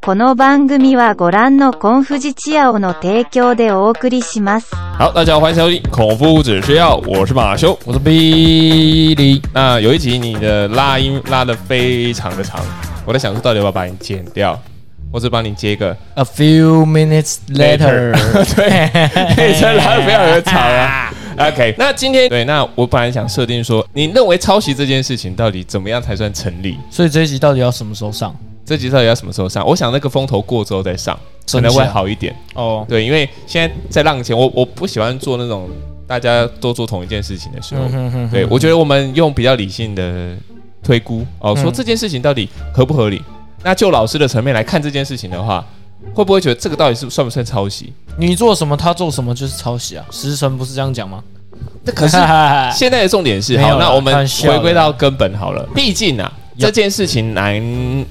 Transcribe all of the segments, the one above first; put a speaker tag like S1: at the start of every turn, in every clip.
S1: この番組はご覧のコンフジチアオの提供でお送りします。
S2: 好，大家好，欢迎收听《孔夫子吃药》，我是马修，我是比利。那有一集你的拉音拉的非常的长，我在想说到底要不要把你剪掉，或者帮你接个
S3: A few minutes later，
S2: 对，你这拉的非常的长啊。OK，那今天对，那我本来想设定说，你认为抄袭这件事情到底怎么样才算成立？
S3: 所以这一集到底要什么时候上？
S2: 这集到底要什么时候上？我想那个风头过之后再上，可
S3: 真
S2: 能会
S3: 假
S2: 好一点。
S3: 哦，
S2: 对，因为现在在浪前，我我不喜欢做那种大家都做同一件事情的时
S3: 嗯
S2: 候。 对，我觉得我们用比较理性的推估哦，说
S3: 嗯
S2: 这件事情到底合不合理。那就老师的层面来看这件事情的话，会不会觉得这个到底是算不算抄袭？
S3: 你做什么，他做什么就是抄袭啊！时辰不是这样讲吗？
S2: 那可是现在的重点是，
S3: 没有
S2: 好，
S3: 啦
S2: 那我们
S3: 开玩笑的
S2: 回归到根本好了。毕竟啊，
S3: Yup
S2: 这件事情难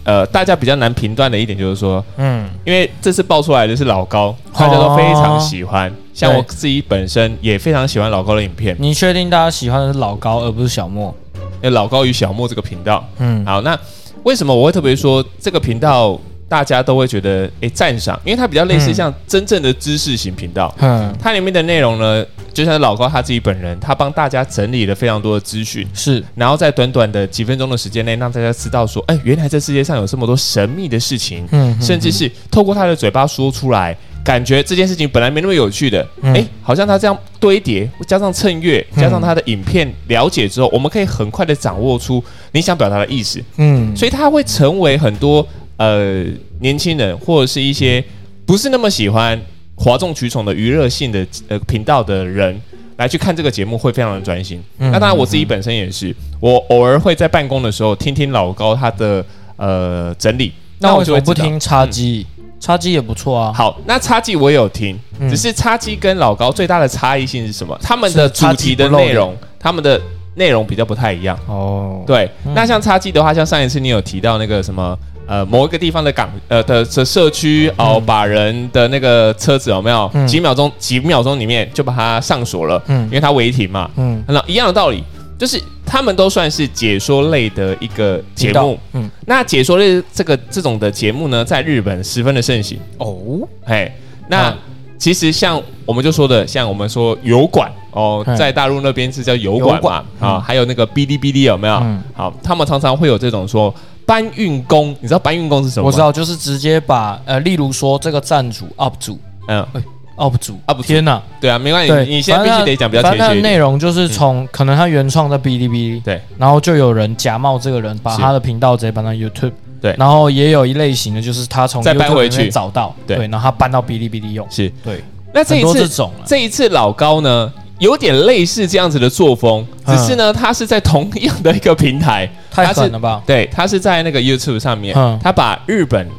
S2: 呃，大家比较难评断的一点就是说，
S3: 嗯，
S2: 因为这次爆出来的是老高，大家都非
S3: 哦
S2: 常喜欢。像我自己本身也非常喜欢老高的影片，
S3: 你确定大家喜欢的是老高而不是小莫？
S2: 有老高与小莫这个频道。
S3: 嗯，
S2: 好，那为什么我会特别说这个频道大家都会觉得诶赞赏？因为它比较类似
S3: 嗯
S2: 像真正的知识型频道，
S3: 哼，
S2: 它里面的内容呢，就像老高他自己本人，他帮大家整理了非常多的资讯。
S3: 是，
S2: 然后在短短的几分钟的时间内，让大家知道说，哎，原来这世界上有这么多神秘的事情，
S3: 嗯
S2: 甚至是透过他的嘴巴说出来，感觉这件事情本来没那么有趣的，
S3: 嗯
S2: 哎、好像他这样堆叠，加上蹭阅，加上他的影片了解之后，我们可以很快的掌握出你想表达的意思，
S3: 嗯，
S2: 所以他会成为很多呃年轻人或者是一些不是那么喜欢哗众取宠的娱乐性的呃频道的人。来去看这个节目会非常的专心。
S3: 嗯
S2: 那当然，我自己本身也是，我偶尔会在办公的时候听听老高他的呃整理。
S3: 那为什
S2: 就
S3: 么
S2: 会
S3: 不
S2: 知道嗯
S3: 听叉鸡？叉鸡也不错啊。
S2: 好，那差距我也有听，
S3: 嗯
S2: 只是差距跟老高最大的差异性是什么？他们的
S3: 是
S2: 主
S3: 差
S2: 题
S3: 距
S2: 的
S3: 不露
S2: 内
S3: 脸
S2: 容，他们的内容比较不太一样。
S3: 哦，
S2: 对，那像差距的话，像上一次你有提到那个什么。呃，某一个地方的港呃的的社区哦，把人的那个车子有没有、
S3: 嗯
S2: 几秒钟几秒钟里面就把它上锁了，
S3: 嗯
S2: 因为它违停嘛，
S3: 嗯，
S2: 那一样的道理，就是他们都算是解说类的一个节
S3: 听到
S2: 目。，
S3: 嗯，
S2: 那解说类这个这种的节目呢，在日本十分的盛行。
S3: 哦，
S2: 哎，那、
S3: 嗯
S2: 其实像我们就说的，像我们说油管哦，
S3: 嗯
S2: 在大陆那边是叫油管嘛
S3: 油管
S2: 啊，还有那个哔哩哔哩有没有？
S3: 嗯
S2: 好，他们常常会有这种说搬运工，你知道搬运工是什么吗？
S3: 我知，道，就是直接把呃，例如说这个站主 UP 主
S2: 嗯，
S3: UP 主
S2: UP 主
S3: 天哪，
S2: 对啊，没关系，
S3: 对，
S2: 你你现在必须得讲比较
S3: 反
S2: 贴
S3: 正它
S2: 切
S3: 的
S2: 一
S3: 内
S2: 点。嗯
S3: 容就是从可能他原创在哔哩哔哩，
S2: 对，
S3: 然后就有人假冒这个人，把
S2: 是
S3: 他的频道直接搬到 YouTube。
S2: 对
S3: 然后也有一类型的，就是他从
S2: 再搬
S3: YouTube
S2: 回
S3: 里面
S2: 去
S3: 找到，
S2: 对
S3: 对，然后他搬到哔哩哔哩用，
S2: 是，
S3: 对，
S2: 那这
S3: 很
S2: 一
S3: 多这
S2: 次
S3: 种啊，
S2: 这一次老高呢，有点类似这样子的作风，只
S3: 嗯
S2: 是呢，他是在同样的一个平台，
S3: 太
S2: 他是
S3: 狠了吧？
S2: 对，他是在那个 YouTube 上面，
S3: 嗯
S2: 他把日本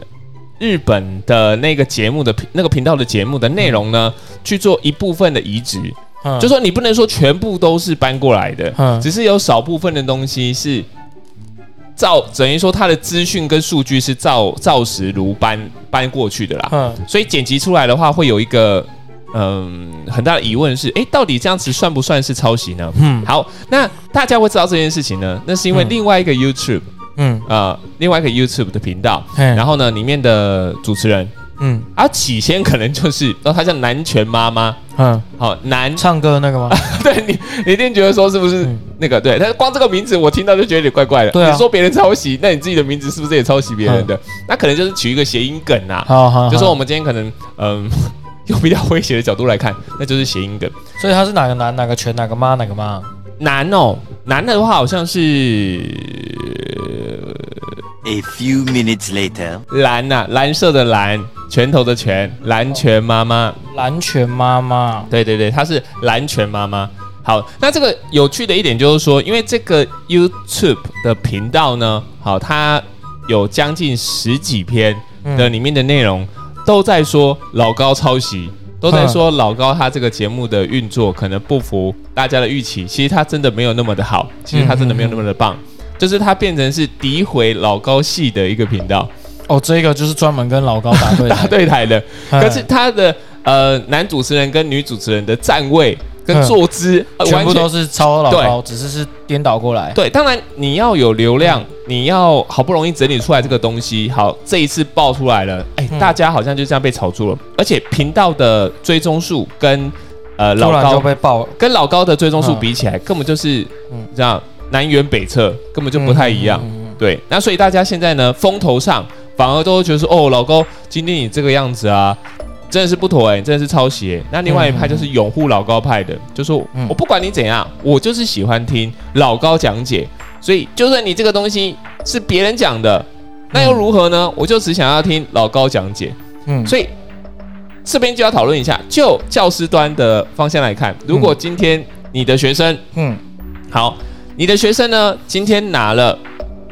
S2: 日本的那个节目的频那个频道的节目的内容呢，去做一部分的移植，
S3: 嗯
S2: 就说你不能说全部都是搬过来的，
S3: 嗯
S2: 只是有少部分的东西是照等于说它的资讯跟数据是照照实如搬搬过去的啦，
S3: 嗯
S2: 所以剪辑出来的话会有一个。嗯，很大的疑问是，诶，到底这样子算不算是抄袭呢？
S3: 嗯
S2: 好，那大家会知道这件事情呢，那是因为
S3: 嗯
S2: 另外一个 YouTube，
S3: 嗯
S2: 呃另外一个 YouTube 的频道，
S3: 嘿
S2: 然后呢，里面的主持人
S3: 嗯
S2: 啊，起先可能就是，然后他叫南拳妈妈，
S3: 嗯，
S2: 好、南，
S3: 唱歌的那个吗？
S2: 对你，你一定觉得说是不是
S3: 嗯
S2: 那个？对，但是光这个名字我听到就觉得有点怪怪的。
S3: 对啊嗯
S2: 你说别人抄袭，那你自己的名字是不是也抄袭别人的？那可能就是取一个谐音梗啊，
S3: 好好，
S2: 就说
S3: 好
S2: 我，们今天可能嗯。 用比较诙谐的角度来看，那就是谐音梗。
S3: 所以他是哪个男哪个权哪个妈哪个妈？
S2: 男哦，男的话好像是
S4: A few minutes later.
S2: 蓝呐、蓝色的蓝，拳头的拳，蓝拳妈妈。
S3: 蓝权妈妈，
S2: 对对对，她是蓝拳妈妈。好，那这个有趣的一点就是说，因为这个 YouTube 的频道呢，好，它有将近十几篇的
S3: 嗯
S2: 里面的内容、都在说老高抄袭，都在说老高他这个节目的运作可能不符大家的预期。其实他真的没有那么的好，其实他真的没有那么的
S3: 嗯
S2: 棒，就是他变成是诋毁老高系的一个频道，
S3: 哦，这个就是专门跟老高打 对
S2: 大
S3: 台，
S2: 对台的。
S3: 嗯
S2: 可是他的呃男主持人跟女主持人的站位跟坐姿、呃
S3: 嗯全部都
S2: 完
S3: 是超老
S2: 对
S3: 高，只是是颠倒过来。
S2: 对。当然你要有流量，你要好不容易整理出来这个东西，好，这一次爆出来了，哎、
S3: 嗯
S2: 大家好像就这样被炒作了，而且频道的追踪数跟呃老
S3: 突然就
S2: 高
S3: 被爆，
S2: 跟老高的追踪数比起来，根本就是
S3: 嗯
S2: 这样南辕北辙，根本就不太一样。
S3: 嗯。嗯嗯嗯
S2: 对，那所以大家现在呢，风头上反而都会觉得说，哦，老高今天你这个样子啊，真的是不妥哎、你真的是抄袭、欸。那另外一派就是拥护老高派的，就说、
S3: 嗯
S2: 我不管你怎样，我就是喜欢听老高讲解，所以就算你这个东西是别人讲的，那又如何呢？我就只想要听老高讲解。
S3: 嗯，
S2: 所以这边就要讨论一下，就教师端的方向来看，如果今天你的学生、
S3: 嗯
S2: 好，你的学生呢，今天拿了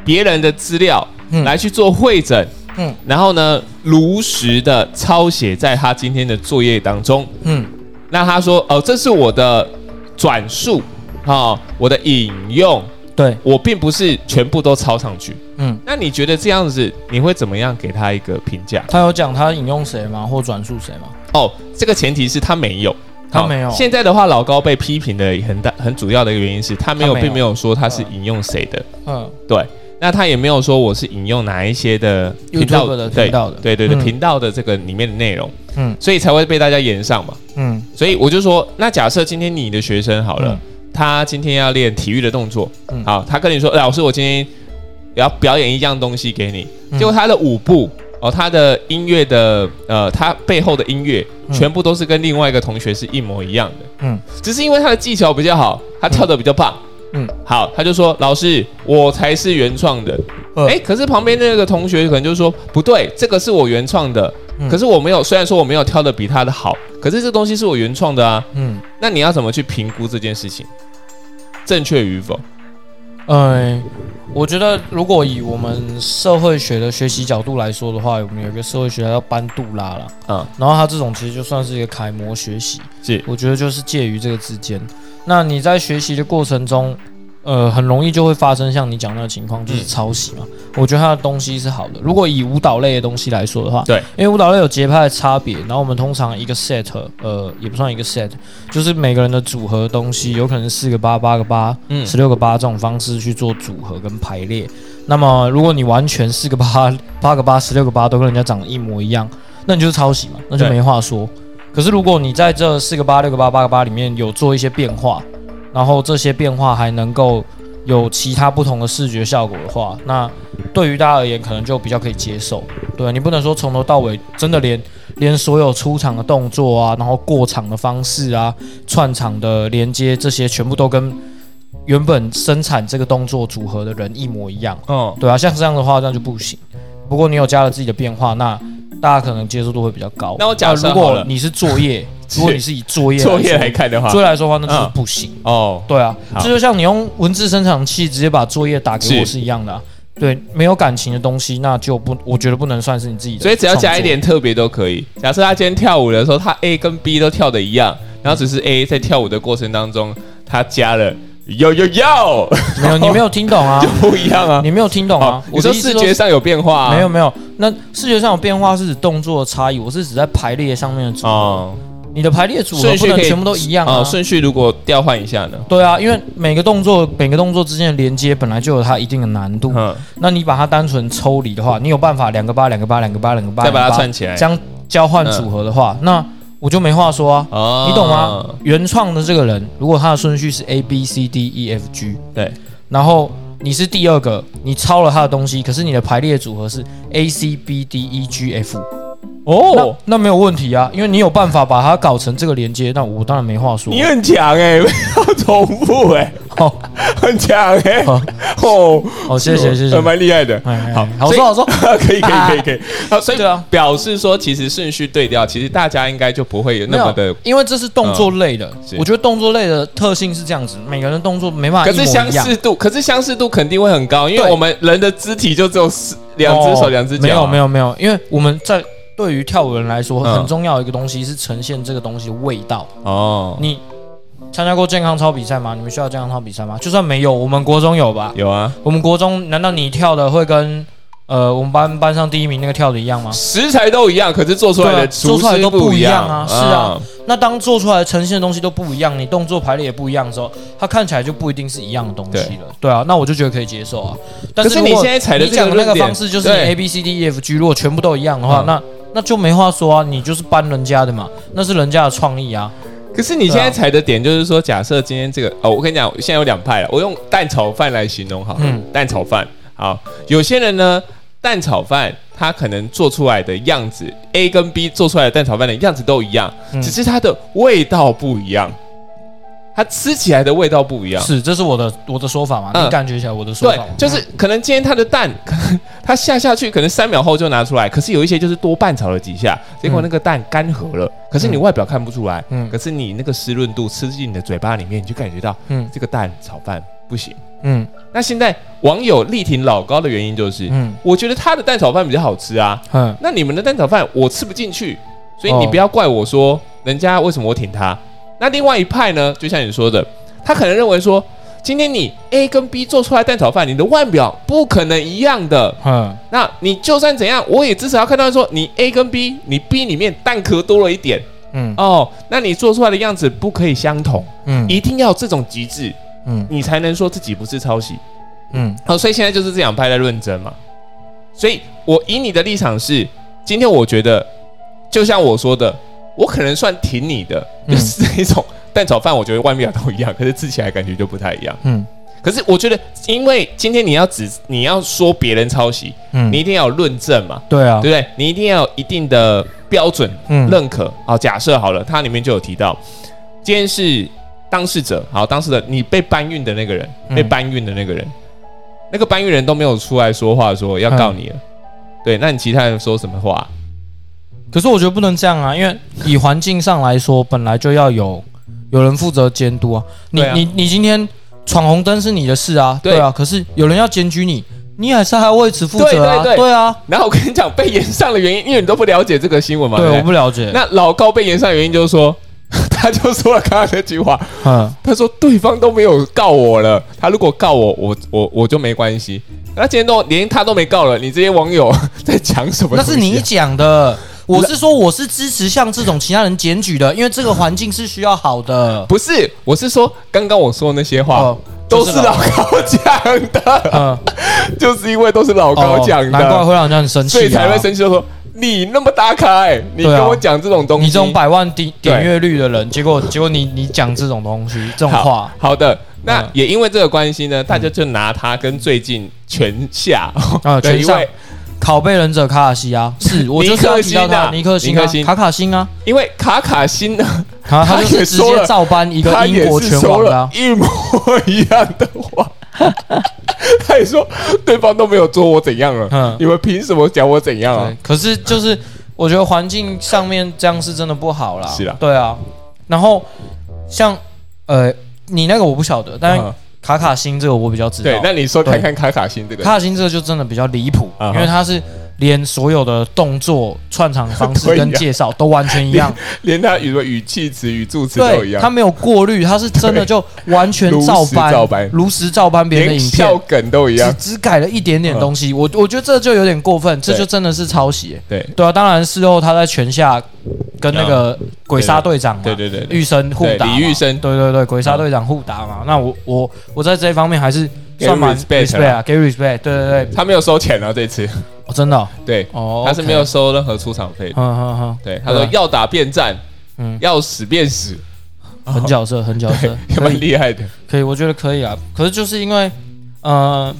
S2: 别人的资料、
S3: 嗯
S2: 来去做会诊，
S3: 嗯
S2: 然后呢，如实的抄写在他今天的作业当中。
S3: 嗯
S2: 那他说，哦、这是我的转述，哦，我的引用，
S3: 对，
S2: 我并不是全部都抄上去。
S3: 嗯，
S2: 那你觉得这样子，你会怎么样给他一个评价？
S3: 他有讲他引用谁吗，或转述谁吗？
S2: 哦，这个前提是他没有，
S3: 他
S2: 好
S3: 没有
S2: 现在的话，老高被批评的很大很主要的一个原因是他没有，
S3: 他没有
S2: 并没有说他是引用谁的，
S3: 嗯
S2: 对。那他也没有说我是引用哪一些的频道
S3: YouTube 的
S2: 对
S3: 频道的
S2: 对对对，
S3: 嗯
S2: 频道的这个里面的内容，
S3: 嗯
S2: 所以才会被大家延上嘛。
S3: 嗯
S2: 所以我就说，那假设今天你的学生好了，他今天要练体育的动作，
S3: 嗯
S2: 好，他跟你说，老师，我今天要表演一样东西给你，
S3: 嗯
S2: 结果他的舞步哦，他的音乐的呃，他背后的音乐、
S3: 嗯
S2: 全部都是跟另外一个同学是一模一样的，
S3: 嗯
S2: 只是因为他的技巧比较好，他跳得比较棒，
S3: 嗯，
S2: 好，他就说，老师，我才是原创的，
S3: 呃
S2: 哎、可是旁边那个同学可能就说不对，这个是我原创的，
S3: 嗯
S2: 可是我没有，虽然说我没有挑的比他的好，可是这东西是我原创的啊。
S3: 嗯
S2: 那你要怎么去评估这件事情正确与否？
S3: 呃，我觉得如果以我们社会学的学习角度来说的话，我们有一个社会学家叫班杜拉啦，
S2: 嗯，
S3: 然后他这种其实就算是一个楷模学习，
S2: 是
S3: 我觉得就是介于这个之间。那你在学习的过程中，呃，很容易就会发生像你讲那个情况，就是
S2: 嗯
S3: 抄袭嘛。我觉得他的东西是好的。如果以舞蹈类的东西来说的话，
S2: 对，
S3: 因为舞蹈类有节拍的差别，然后我们通常一个 set，呃，也不算一个 set，就是每个人的组合东西，有可能四个八、八个八、
S2: 嗯
S3: 十六个八这种方式去做组合跟排列。那么如果你完全四个八、 八个八、十六个八都跟人家长得一模一样，那你就是抄袭嘛，那就
S2: 对
S3: 没话说。可是如果你在这四个八、六个八、八个八里面有做一些变化，然后这些变化还能够有其他不同的视觉效果的话，那对于大家而言可能就比较可以接受。对啊你不能说从头到尾真的连连所有出场的动作啊，然后过场的方式啊，串场的连接这些全部都跟原本生产这个动作组合的人一模一样。
S2: 嗯，
S3: 对啊，像这样的话，那就不行。不过你有加了自己的变化，那大家可能接受度会比较高。
S2: 那我假设
S3: 如
S2: 好
S3: 果
S2: 了
S3: 你是 作业，如果你是以作业
S2: 作业
S3: 说
S2: 来看的话
S3: 作，业来说的话，那就是
S2: 嗯
S3: 不行。
S2: 哦，
S3: 对啊
S2: 好，
S3: 这就像你用文字生成器直接把作业打给我
S2: 是
S3: 是一样的啊、对，没有感情的东西，那就不，我觉得不能算是你自己的。
S2: 所以只要加一，点特别都可以。假设他今天跳舞的时候，他 A 跟 B 都跳的一样，然后只是 A 在跳舞的过程当中，他加了有有有
S3: 没有，你没有听懂 啊
S2: 就，不一样啊。
S3: 你没有听懂
S2: 好
S3: 啊。，
S2: 你
S3: 我
S2: 说
S3: 的意思
S2: 视
S3: 都
S2: 觉
S3: 是
S2: 上有变化、啊？
S3: 没有没有，那视觉上有变化是指动作的差异，我是指在排列上面的组合。
S2: 哦，
S3: 你的排列组合
S2: 顺
S3: 不
S2: 序
S3: 能
S2: 可以
S3: 全部都一样啊。
S2: 哦，顺序如果调换一下呢？
S3: 对啊，因为每个动作每个动作之间的连接本来就有它一定的难度，
S2: 嗯，
S3: 那你把它单纯抽离的话，你有办法两个八两个八两个八两个八，
S2: 再把
S3: 两个
S2: 它
S3: 八
S2: 串起来。嗯
S3: 将交换组合的话，那我就没话说啊。
S2: 哦
S3: 你懂吗？？原创的这个人，如果他的顺序是 A B C D E F G，
S2: 对，
S3: 然后你是第二个，你抄了他的东西，可是你的排列组合是 A C B D E G F，
S2: 哦
S3: 那，那没有问题啊，因为你有办法把它搞成这个连接，那我当然没话说。
S2: 你很强 哎、不要重复哎、
S3: 好，
S2: 很强哎、
S3: 好
S2: 哦，
S3: 好，谢谢谢谢
S2: 呃。蛮厉害的。
S3: 哎
S2: 好，
S3: 好
S2: 所以
S3: 说好说
S2: 可以可以可以可以。好，所以
S3: 对啊
S2: 表示说其实顺序对调，其实大家应该就不会有
S3: 没
S2: 那么的
S3: 有，。因为这是动作类的，
S2: 是
S3: 我觉得动作类的特性是这样子，每个人的动作没办法
S2: 可
S3: 一模
S2: 是相
S3: 一样。
S2: 似度，可是相似度肯定会很高，因为
S3: 对
S2: 我们人的肢体就只有四两只手、
S3: 哦
S2: 两只脚。啊
S3: 没有没，有没有，因为我们在对于跳舞人来说，
S2: 嗯
S3: 很重要的一个东西是呈现这个东西的味道。
S2: 哦，
S3: 你参加过健康操比赛吗？你们需要健康操比赛吗？就算没有，我们国中有吧？
S2: 有啊，
S3: 我们国中难道你跳的会跟呃，我们班班上第一名那个跳的一样吗？
S2: 食材都一样，可是做出来
S3: 对啊
S2: 的
S3: 做
S2: 厨
S3: 出来
S2: 师
S3: 都不
S2: 一
S3: 一样啊，是啊
S2: 嗯。
S3: 那当做出来呈现的东西都不一样，你动作排列也不一样的时候，它看起来就不一定是一样的东西了。对啊，那我就觉得可以接受啊。但
S2: 可是
S3: 如果
S2: 你现在踩的
S3: 你
S2: 这个
S3: 讲的那个
S2: 论点
S3: 方式就是你
S2: 对
S3: A B C D E F G，如果全部都一样的话
S2: 嗯，
S3: 那那就没话说啊，你就是搬人家的嘛，那是人家的创意啊。
S2: 可是你现在踩的点就是说，假设今天这个哦，我跟你讲，现在有两派了，我用蛋炒饭来形容好了。
S3: 嗯
S2: 蛋炒饭好，有些人呢，蛋炒饭他可能做出来的样子，A 跟 B 做出来的蛋炒饭的样子都一样，
S3: 嗯
S2: 只是它的味道不一样，它吃起来的味道不一样。
S3: 是，这是我的我的说法嘛？
S2: 啊嗯
S3: 你感觉一下我的说
S2: 对
S3: 法嘛，
S2: 就是可能今天它的蛋， 可能它下下去可能三秒后就拿出来，可是有一些就是多拌炒了几下，结果那个蛋干涸了，可是你外表看不出来，
S3: 嗯
S2: 可是你那个湿润度吃进你的嘴巴里面，你就感觉到，
S3: 嗯
S2: 嗯，这个蛋炒饭不行。
S3: 嗯
S2: 那现在网友力挺老高的原因就是，
S3: 嗯
S2: 我觉得他的蛋炒饭比较好吃啊，
S3: 嗯
S2: 那你们的蛋炒饭我吃不进去，所以
S3: 哦
S2: 你不要怪我说人家为什么我挺他。那另外一派呢，就像你说的，他可能认为说，今天你 A 跟 B 做出来蛋炒饭，你的外表不可能一样的。
S3: 嗯
S2: 那你就算怎样，我也至少要看到说，你 A 跟 B，你 B 里面蛋壳多了一点
S3: 嗯
S2: 哦，那你做出来的样子不可以相同，
S3: 嗯
S2: 一定要这种极致，
S3: 嗯
S2: 你才能说自己不是抄袭。
S3: 嗯
S2: 好，哦所以现在就是这两派在论争嘛。所以我以你的立场是，今天我觉得，就像我说的，我可能算挺你的，
S3: 嗯
S2: 就是那一种 蛋炒饭，我觉得外面都一样，可是吃起来感觉就不太一样。
S3: 嗯
S2: 可是我觉得，因为今天你要指你要说别人抄袭，
S3: 嗯，
S2: 你一定要有论证嘛，
S3: 对啊
S2: 对不，对？你一定要有一定的标准
S3: 嗯
S2: 认可。好，假设好了，它里面就有提到，今天是当事者，好，当事者你被搬运的那个人，
S3: 嗯
S2: 被搬运的那个人，那个搬运人都没有出来说话，说要告
S3: 嗯
S2: 你了。对，那你其他人说什么话？
S3: 可是我觉得不能这样啊，因为以环境上来说，本来就要有有人负责监督啊。你、
S2: 对啊
S3: 你你今天闯红灯是你的事啊，
S2: 对
S3: 对啊。可是有人要检举你，你也是还要为此负责啊，
S2: 对对对
S3: 啊。
S2: 然后我跟你讲，被延上的原因，因为你都不了解这个新闻嘛。
S3: 对，
S2: 对
S3: 我
S2: 不
S3: 不
S2: 对
S3: 了解。
S2: 那老高被延上的原因就是说， 他就说了刚刚那句话，
S3: 嗯
S2: 他说对方都没有告我了，他如果告我，我我我就没关系。那今天都连他都没告了，你这些网友 在讲什么、
S3: 那
S2: 东
S3: 是
S2: 西啊
S3: 你讲的，我是说我是支持像这种其他人检举的，因为这个环境是需要好的。
S2: 不是，我是说刚刚我说的那些话、
S3: 哦
S2: 都
S3: 就是是
S2: 老
S3: 老
S2: 高讲的，
S3: 嗯，
S2: 就是因为都是老高啊讲
S3: 哦
S2: 的，
S3: 难怪会让人家很生气、啊，
S2: 所以才会生气，就说你那么大咖、欸，你
S3: 对啊
S2: 跟我讲这种东西，
S3: 你这种百万点
S2: 对
S3: 点阅率的人，结果结果你你讲这种东西，这种
S2: 好
S3: 话，
S2: 好的。那
S3: 嗯
S2: 也因为这个关系呢，大家就拿他跟最近全下
S3: 啊
S2: 的
S3: 全
S2: 一
S3: 下
S2: 位，
S3: 拷贝忍者卡卡西啊， 是我就是要提到他尼
S2: 尼
S3: 克
S2: 克星
S3: 星
S2: 啊尼
S3: 啊
S2: 克，星
S3: 卡卡星啊，
S2: 因为卡卡辛呢，
S3: 他他
S2: 他
S3: 就
S2: 也
S3: 是直
S2: 说
S3: 接
S2: 了
S3: 照搬一
S2: 他
S3: 个英
S2: 也
S3: 国
S2: 是
S3: 拳
S2: 说
S3: 王的
S2: 了
S3: 啊，
S2: 一模一样的话。 他也说对方都没有说我怎样了，
S3: 嗯
S2: 你们凭什么讲我怎样啊
S3: 对？，可是就是我觉得环境上面这样是真的不好啦，
S2: 是啦
S3: 对啊，然后像呃你那个我不晓得，但是
S2: 嗯
S3: 卡卡星这个我比较知道
S2: 对，，那你说看看卡卡辛这个
S3: 卡卡星这个就真的比较离谱，
S2: 啊哈
S3: 因为他是。连所有的动作、串场方式
S2: 对呀
S3: 跟介绍都完全一样，
S2: 连他语什么语气词、语助词都一
S3: 对
S2: 样，
S3: 他没有过滤，他是真的就完全
S2: 如实
S3: 照搬、
S2: 照搬
S3: 如实照搬别人的
S2: 连
S3: 影
S2: 笑
S3: 片，
S2: 梗都一
S3: 只
S2: 样。嗯
S3: 只改了一点点东西。我我觉得这就有点过分，这
S2: 对
S3: 就真的是抄袭、欸
S2: 对啊
S3: 对啊，当然事后他在拳下跟那个鬼杀队长嘛，
S2: 对对对对
S3: 玉生互打嘛，
S2: 对李玉生
S3: 对对对，鬼杀队长互打嘛。那我我我在这一方面还是
S2: 给
S3: 算蛮
S2: respect
S3: 啊，给 respect，对对对，
S2: 他没有收钱啊，这次
S3: 哦真的哦，
S2: 对，
S3: 哦
S2: 他是
S3: OK
S2: 没有收任何出场费的。
S3: 嗯嗯
S2: 对，他说要打便战，
S3: 嗯
S2: 要死便死，
S3: 嗯，很角色，很角 色，
S2: 也
S3: 可以
S2: 蛮厉害的。
S3: 可以，我觉得可以啊。可是就是因为，呃，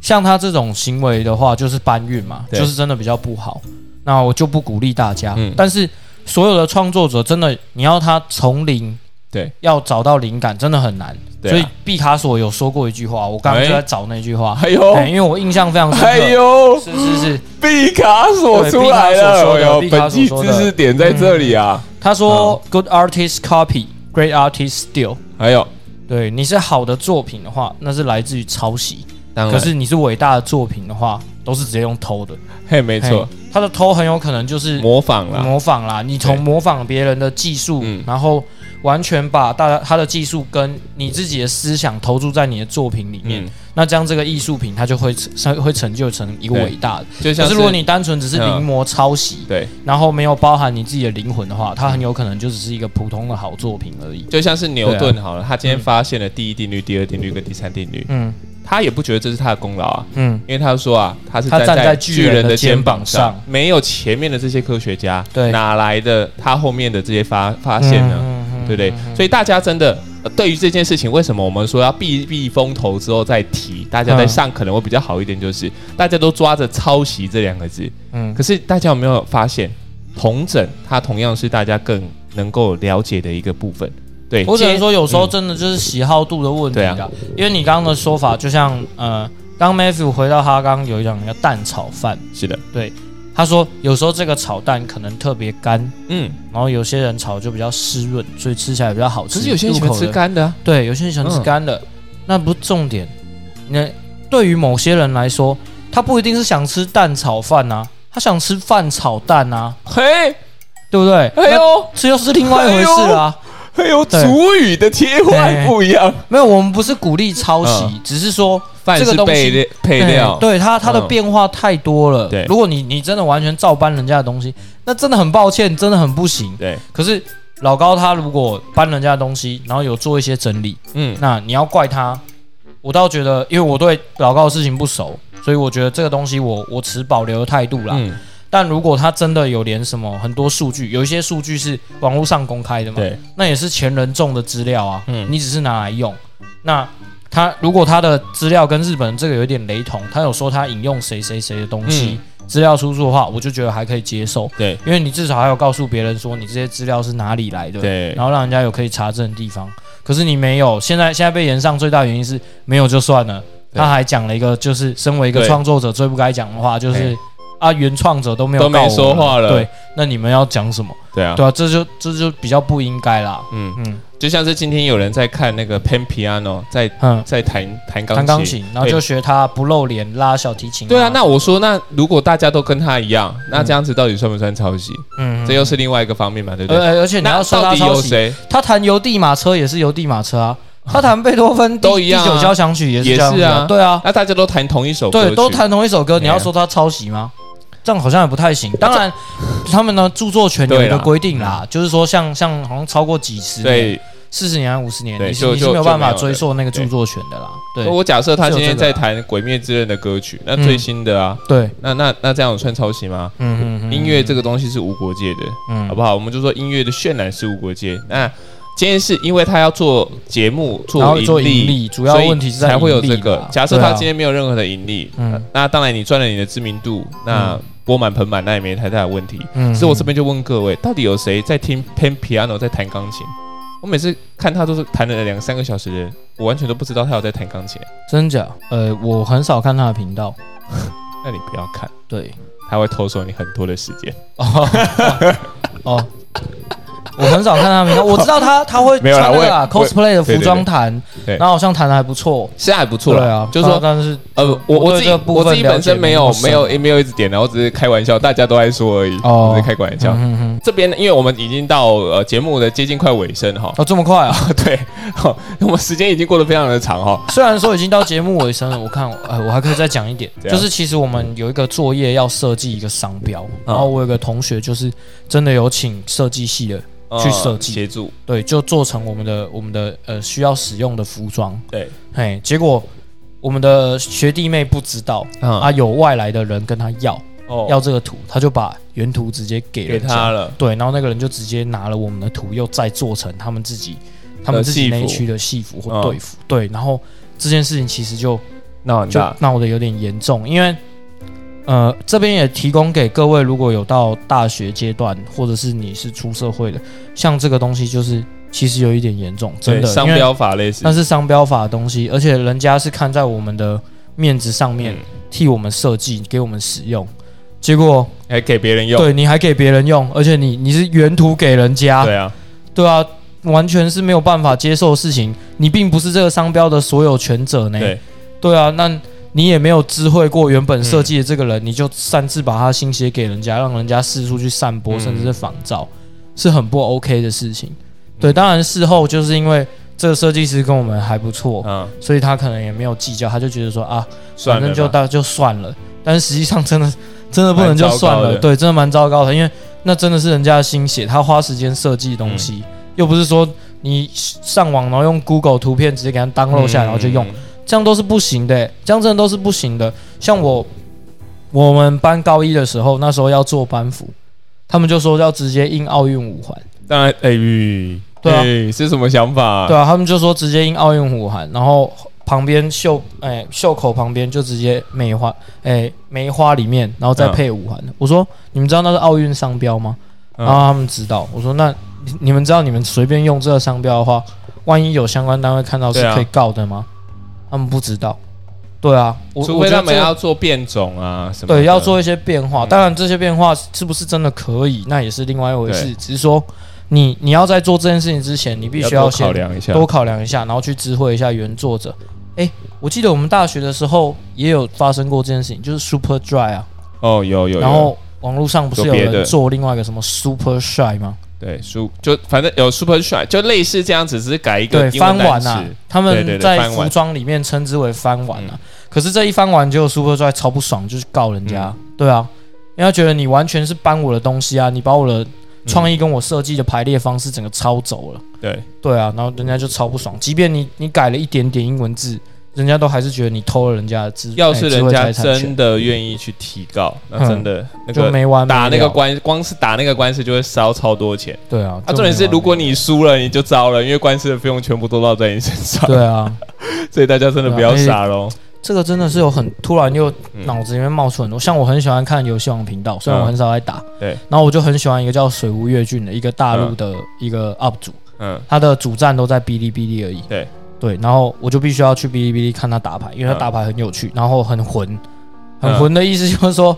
S3: 像他这种行为的话，就是搬运嘛，
S2: 对
S3: 就是真的比较不好。那我就不鼓励大家。
S2: 嗯
S3: 但是所有的创作者，真的你要他从零，
S2: 对，
S3: 要找到灵感真的很难。
S2: 对啊
S3: 所以毕卡索有说过一句话，我刚刚就在找那句话，
S2: 哎呦
S3: 因为我印象非常深刻。
S2: 哎呦，
S3: 是是是，
S2: 毕卡索出来了！哎
S3: 对
S2: 呦，
S3: 毕卡
S2: 本
S3: 索
S2: 季
S3: 说的
S2: 知识点在这里啊！
S3: 他说、g o o d artist copy, great artist steal。”
S2: 还有，
S3: 对，你是好的作品的话，那是来自于抄袭。
S2: 当
S3: 可是你是伟大的作品的话，都是直接用偷的。
S2: 嘿，没错
S3: 嘿，，他的偷很有可能就是
S2: 模仿啦，
S3: 模仿啦。你从
S2: 对
S3: 模仿别人的技术
S2: 嗯，
S3: 然后完全把大家他的技术跟你自己的思想投注在你的作品里面
S2: 嗯，
S3: 那这样这个艺术品它就会成会成就成一个
S2: 对
S3: 伟大的。
S2: 就像嗯
S3: 可是如果你单纯只是临摹抄袭，
S2: 对，嗯
S3: 然后没有包含你自己的灵魂的话，它很有可能就只是一个普通的好作品而已。
S2: 就像是牛顿好了，他今天
S3: 嗯
S2: 发现了第一定律、第二定律跟第三定律，
S3: 嗯
S2: 他也不觉得这是他的功劳啊，
S3: 嗯，
S2: 因为他说啊，他是
S3: 他
S2: 站
S3: 站在
S2: 巨
S3: 巨
S2: 人
S3: 人
S2: 的
S3: 的
S2: 肩
S3: 肩
S2: 膀
S3: 膀
S2: 上
S3: 上，
S2: 没有前面的这些科学家，
S3: 对
S2: 哪来的他后面的这些发发现呢？
S3: 嗯嗯嗯
S2: 对不对？所以大家真的、呃对于这件事情，为什么我们说要避避风头之后再提？大家在上可能会比较好一点，就是、大家都抓着抄袭这两个字，
S3: 嗯
S2: 可是大家有没有发现，同整它同样是大家更能够了解的一个部分。对，
S3: 我只能
S2: 接
S3: 说，有时候真的就是喜好度的问题
S2: 对啊
S3: 啦因为你刚刚的说法，就像呃，刚 Matthew 回到他刚刚有一讲叫蛋炒饭，
S2: 是的，
S3: 他说有时候这个炒蛋可能特别干，
S2: 嗯，
S3: 然后有些人炒就比较湿润，所以吃起来比较好吃。
S2: 可是有些人喜欢
S3: 入口
S2: 吃
S3: 的，
S2: 干的、啊，
S3: 对，有些人喜欢吃
S2: 嗯
S3: 干的，那不是重点。那对于某些人来说，他不一定是想吃蛋炒饭啊，他想吃饭炒蛋啊，
S2: 嘿，
S3: 对不对？
S2: 哎呦，
S3: 这又是另外一回事啊啦、
S2: 哎呦，
S3: 对
S2: 主语的切换
S3: 对
S2: 不一样，
S3: 没有，我们不是鼓励抄袭，
S2: 嗯
S3: 只是说
S2: 饭
S3: 这
S2: 是
S3: 个东西
S2: 配料配料，
S3: 哎对它它的
S2: 嗯
S3: 变化太多了。
S2: 对
S3: 如果你你真的完全照搬人家的东西，那真的很抱歉，真的很不行。
S2: 对，
S3: 可是老高他如果搬人家的东西，然后有做一些整理，
S2: 嗯，
S3: 那你要怪他，我倒觉得，因为我对老高的事情不熟，所以我觉得这个东西我我持保留的态度啦。
S2: 嗯，
S3: 但如果他真的有连什么很多数据，有一些数据是网络上公开的嘛，
S2: 对，
S3: 那也是前人种的资料啊，
S2: 嗯
S3: 你只是拿来用。那他如果他的资料跟日本这个有点雷同，他有说他引用谁谁谁的东西
S2: 嗯
S3: 资、料出处的话，我就觉得还可以接受，
S2: 对，
S3: 因为你至少还有告诉别人说你这些资料是哪里来的，
S2: 对
S3: 然后让人家有可以查证的地方。可是你没有，现在现在被延上最大原因是没有就算了，
S2: 对
S3: 他还讲了一个就是身为一个
S2: 对
S3: 创作者最不该讲的话，就是
S2: 嘿
S3: 啊原创者都没有
S2: 都没
S3: 告我
S2: 说话了
S3: 对，那你们要讲什么？
S2: 对啊，
S3: 对啊，这就这就比较不应该啦。
S2: 嗯，
S3: 嗯
S2: 就像是今天有人在看那个 pan piano，在
S3: 嗯，
S2: 在弹弹钢琴，
S3: 弹钢琴，然后
S2: 对
S3: 就学他不露脸拉小提琴。
S2: 对啊，那我说，那如果大家都跟他一样，那这样子到底算不算抄袭？
S3: 嗯
S2: 这又是另外一个方面嘛，对不
S3: 而
S2: 对？
S3: 而而且你
S2: 那
S3: 要说
S2: 到
S3: 他
S2: 底
S3: 抄
S2: 有
S3: 袭，
S2: 谁？
S3: 他弹油地马车也是油地马车啊，他弹贝多芬 第
S2: 都一样啊
S3: 第九交响曲也是
S2: 也
S3: 这样
S2: 是
S3: 子
S2: 啊
S3: 对啊，
S2: 那大家都弹同一首歌
S3: 对，
S2: 曲，
S3: 都弹同一首歌，
S2: 对啊
S3: 你要说他抄袭吗？这样好像也不太行。当然，他们呢著作权有
S2: 对
S3: 一个
S2: 啦嗯
S3: 规定啦，就是说像像好像超过几十年，
S2: 对。
S3: 四十年、五十年，
S2: 对
S3: 你是
S2: 就
S3: 你是
S2: 就
S3: 没
S2: 就
S3: 有办
S2: 没
S3: 法
S2: 有了
S3: 追溯那个
S2: 对
S3: 著作权的啦。对
S2: 我假设他今天
S3: 是有这个
S2: 在
S3: 啊
S2: 弹《鬼灭之刃》的歌曲，那
S3: 嗯
S2: 最新的啊，
S3: 对，
S2: 那那那这样有算抄袭吗？
S3: 嗯嗯，
S2: 音乐这个东西是无国界的，
S3: 嗯
S2: 好不好？我们就说音乐的渲染是无国界。那今天是因为他要做节目
S3: 然后
S2: 做
S3: 做
S2: 盈利，
S3: 盈利主要
S2: 所以
S3: 问题是在
S2: 才会有
S3: 盈利
S2: 这个
S3: 吧。
S2: 假设他
S3: 对啊
S2: 今天没有任何的盈利，
S3: 嗯
S2: 那那当然你赚了你的知名度，那钵满盆满，那也没太大的问题。
S3: 嗯
S2: 只是我这边就问各位，到底有谁在听 pan piano 在弹钢琴？我每次看他都是弹了两三个小时的人，我完全都不知道他有在弹钢琴。
S3: 真假？呃，我很少看他的频道。
S2: 那你不要看，
S3: 对，
S2: 他会偷走你很多的时间。
S3: 哦哦，我很少看他的频道。我知 道他他会
S2: 没有啦
S3: 穿那个
S2: 我也
S3: 啊 cosplay 的
S2: 对对
S3: 服装弹，
S2: 对
S3: 然后好像弹的还不错。
S2: 现在还不错
S3: 对
S2: 了，
S3: 啊，
S2: 就是说
S3: 但但是
S2: 呃，我
S3: 我
S2: 我
S3: 对
S2: 自己
S3: 这部
S2: 我
S3: 分
S2: 自己
S3: 了解
S2: 本身没
S3: 没
S2: 有
S3: 那么
S2: 没有
S3: 深啊
S2: 没有一直点的，我只是开玩笑，大家都在说而已，
S3: 哦
S2: 我只是开个玩笑。
S3: 嗯嗯嗯，
S2: 这边因为我们已经到呃节目的接近快尾声哈，
S3: 哦这么快啊！
S2: 对，好，我们时间已经过得非常的长哈，
S3: 虽然说已经到节目尾声了，我看我哎，我还可以再讲一点，
S2: 怎样
S3: 就是其实我们有一个作业要设计一个商标，
S2: 嗯
S3: 然后我有个同学就是真的有请设计系的，
S2: 呃
S3: 去设计
S2: 协助，
S3: 对，就做成我们的我们的呃需要使用的服装，
S2: 对，
S3: 嘿，结果我们的学弟妹不知道、
S2: 嗯
S3: 啊，有外来的人跟他要、
S2: 哦
S3: 要这个图，他就把原图直接给
S2: 给
S3: 人家
S2: 他了，
S3: 对，然后那个人就直接拿了我们的图，又再做成他们自己他们自己
S2: 的
S3: 那
S2: 戏服
S3: 一区的戏服
S2: 嗯
S3: 或队服，对，然后这件事情其实就
S2: 那很
S3: 就闹得有点严重，因为呃这边也提供给各位，如果有到大学阶段，或者是你是出社会的，像这个东西就是其实有一点严重，真
S2: 对
S3: 的
S2: 商
S3: 因为
S2: 标法类似
S3: 那，是商标法的东西，而且人家是看在我们的面子上面、
S2: 嗯
S3: 替我们设计，给我们使用。结果
S2: 还给别人用，
S3: 对你还给别人用，而且你你是原图给人家，
S2: 对啊，
S3: 对啊，完全是没有办法接受的事情。你并不是这个商标的所有权者呢，
S2: 对，
S3: 对啊，那你也没有知会过原本设计的这个人，你就擅自把他的心血给人家，让人家四处去散播，
S2: 嗯
S3: 甚至是仿造，是很不 OK 的事情。对，当然事后就是因为这个设计师跟我们还不错，
S2: 嗯，
S3: 所以他可能也没有计较，他就觉得说啊，
S2: 算
S3: 反
S2: 了
S3: 正
S2: 吧，
S3: 就到就算了。但是实际上 真的真的不能
S2: 蛮
S3: 就
S2: 糟
S3: 算
S2: 糕
S3: 了，
S2: 的
S3: 对，真的蛮糟糕的，因为那真的是人家的心血，他花时间设计东西，
S2: 嗯
S3: 又不是说你上网然后用 Google 图片直接给它 download 下来然后就用，
S2: 嗯
S3: 这样都是不行的、这样真的都是不行的。像我我们班高一的时候，那时候要做班服，他们就说要直接印奥运五环。
S2: 当然，哎、咦
S3: 对啊
S2: 哎是什么想法？
S3: 对啊，他们就说直接印奥运虎环，然后旁边袖哎、袖口旁边就直接梅花哎、梅花里面，然后
S2: 啊
S3: 再配五环。我说你们知道那是奥运商标吗？
S2: 嗯
S3: 然后他们知道。我说那你你们知道你们随便用这个商标的话，万一有相关单位看到是
S2: 对啊
S3: 可以告的吗？他们不知道。对啊，我
S2: 除
S3: 我
S2: 非
S3: 觉得
S2: 他们
S3: 这个
S2: 要做变种啊什么的，
S3: 对，要做一些变化。
S2: 嗯
S3: 当然，这些变化是不是真的可以，那也是另外一回事
S2: 对。
S3: 只是说，你你要在做这件事情之前，你必须
S2: 要多
S3: 先
S2: 考量一下，
S3: 多考量一下，然后去知会一下原作者。诶，我记得我们大学的时候也有发生过这件事情，就是 Super Dry 啊，
S2: 哦，有有有，
S3: 然后网络上不是有
S2: 有别
S3: 人
S2: 的
S3: 做另外一个什么 Super Shy 吗？
S2: 对书就反正有 super shy，就类似这样子，只是改一个
S3: 对，
S2: 英
S3: 翻
S2: 文单
S3: 碗
S2: 词。
S3: 啊，他
S2: 对对
S3: 们
S2: 对
S3: 在
S2: 翻嗯
S3: 服
S2: 碗
S3: 装里面称之为翻碗啊。可是这一翻碗，结果 Super Dry 超不爽，就是告人家，
S2: 嗯
S3: 对啊，因为他觉得你完全是搬我的东西啊，你把我的创意跟我设计的排列方式整个抄走了。
S2: 对，
S3: 对啊，然后人家就超不爽，即便你你改了一点点英文字，人家都还是觉得你偷了人家的知，
S2: 要是
S3: 哎智
S2: 人
S3: 慧
S2: 家
S3: 财产权
S2: 真的愿意去提告，那
S3: 嗯
S2: 真的那
S3: 就
S2: 个
S3: 没完没
S2: 打那个
S3: 了
S2: 官，光是打那个官司就会烧超多钱。
S3: 对啊，
S2: 啊，
S3: 就
S2: 重点是
S3: 没完
S2: 如果
S3: 没了
S2: 你输了，你就糟了，因为官司的费用全部都落在你身上。
S3: 对啊，
S2: 所以大家真的不要
S3: 对啊
S2: 傻喽。
S3: 这个真的是有很突然又
S2: 嗯
S3: 脑子里面冒出很多，像我很喜欢看游戏王频道，虽然我
S2: 嗯
S3: 很少在打，
S2: 对
S3: 然后我就很喜欢一个叫水无月俊的一个大陆的一个 UP 主，
S2: 嗯，
S3: 他的主站都在哔哩哔哩而已，
S2: 对
S3: 对，然后我就必须要去哔哩哔哩看他打牌，因为他打牌很有趣，然后很混，很
S2: 嗯
S3: 混的意思就是说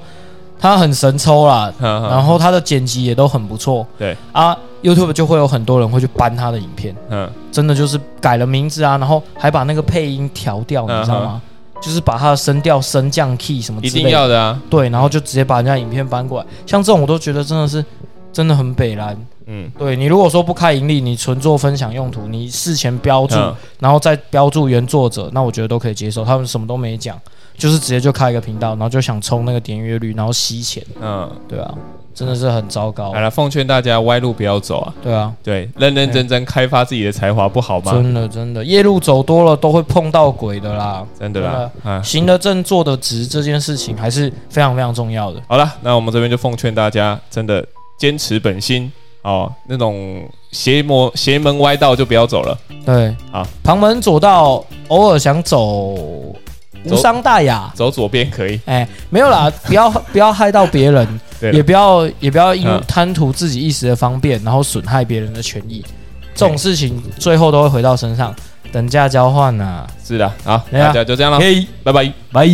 S3: 他很神抽啦，嗯然
S2: 然
S3: 后他的剪辑也都很不错。
S2: 嗯对
S3: 啊，YouTube 就会有很多人会去搬他的影片，
S2: 嗯
S3: 真的就是改了名字啊，然后还把那个配音调掉，你知道吗？就是把他的声调升降 key 什么
S2: 嗯一
S3: 之
S2: 定
S3: 类的，
S2: 要的啊。
S3: 对，然后就直接把人家影片搬过来。像这种我都觉得真的是真的很北蓝。
S2: 嗯，
S3: 对你如果说不开盈利，你纯做分享用途，你事前标注，
S2: 嗯
S3: 然后再标注原作者，那我觉得都可以接受。他们什么都没讲，就是直接就开一个频道，然后就想冲那个点阅率，然后吸钱，
S2: 嗯，
S3: 对啊，真的是很糟糕
S2: 好。了，奉劝大家歪路不要走啊。
S3: 对啊，
S2: 对，认认真真开发自己的才华不好吗？
S3: 真的真的，夜路走多了都会碰到鬼的啦。
S2: 真的啦，啊，
S3: 行得正，坐得直，这件事情还是非常非常重要的。
S2: 好了，那我们这边就奉劝大家，真的坚持本心哦，那种邪魔邪门歪道就不要走了。
S3: 对，
S2: 好，
S3: 旁门左道，偶尔想走，无
S2: 走
S3: 伤大雅。
S2: 走左边可以，
S3: 哎，没有 啦，不要不要害到别人，
S2: 对
S3: 也不要也不要因
S2: 嗯
S3: 贪图自己一时的方便，然后损害别人的权益。这种事情最后都会回到身上，等价交换呐、
S2: 是的，好，
S3: 对啊
S2: 大家就这样了，
S3: 嘿，
S2: 拜拜。
S3: 拜。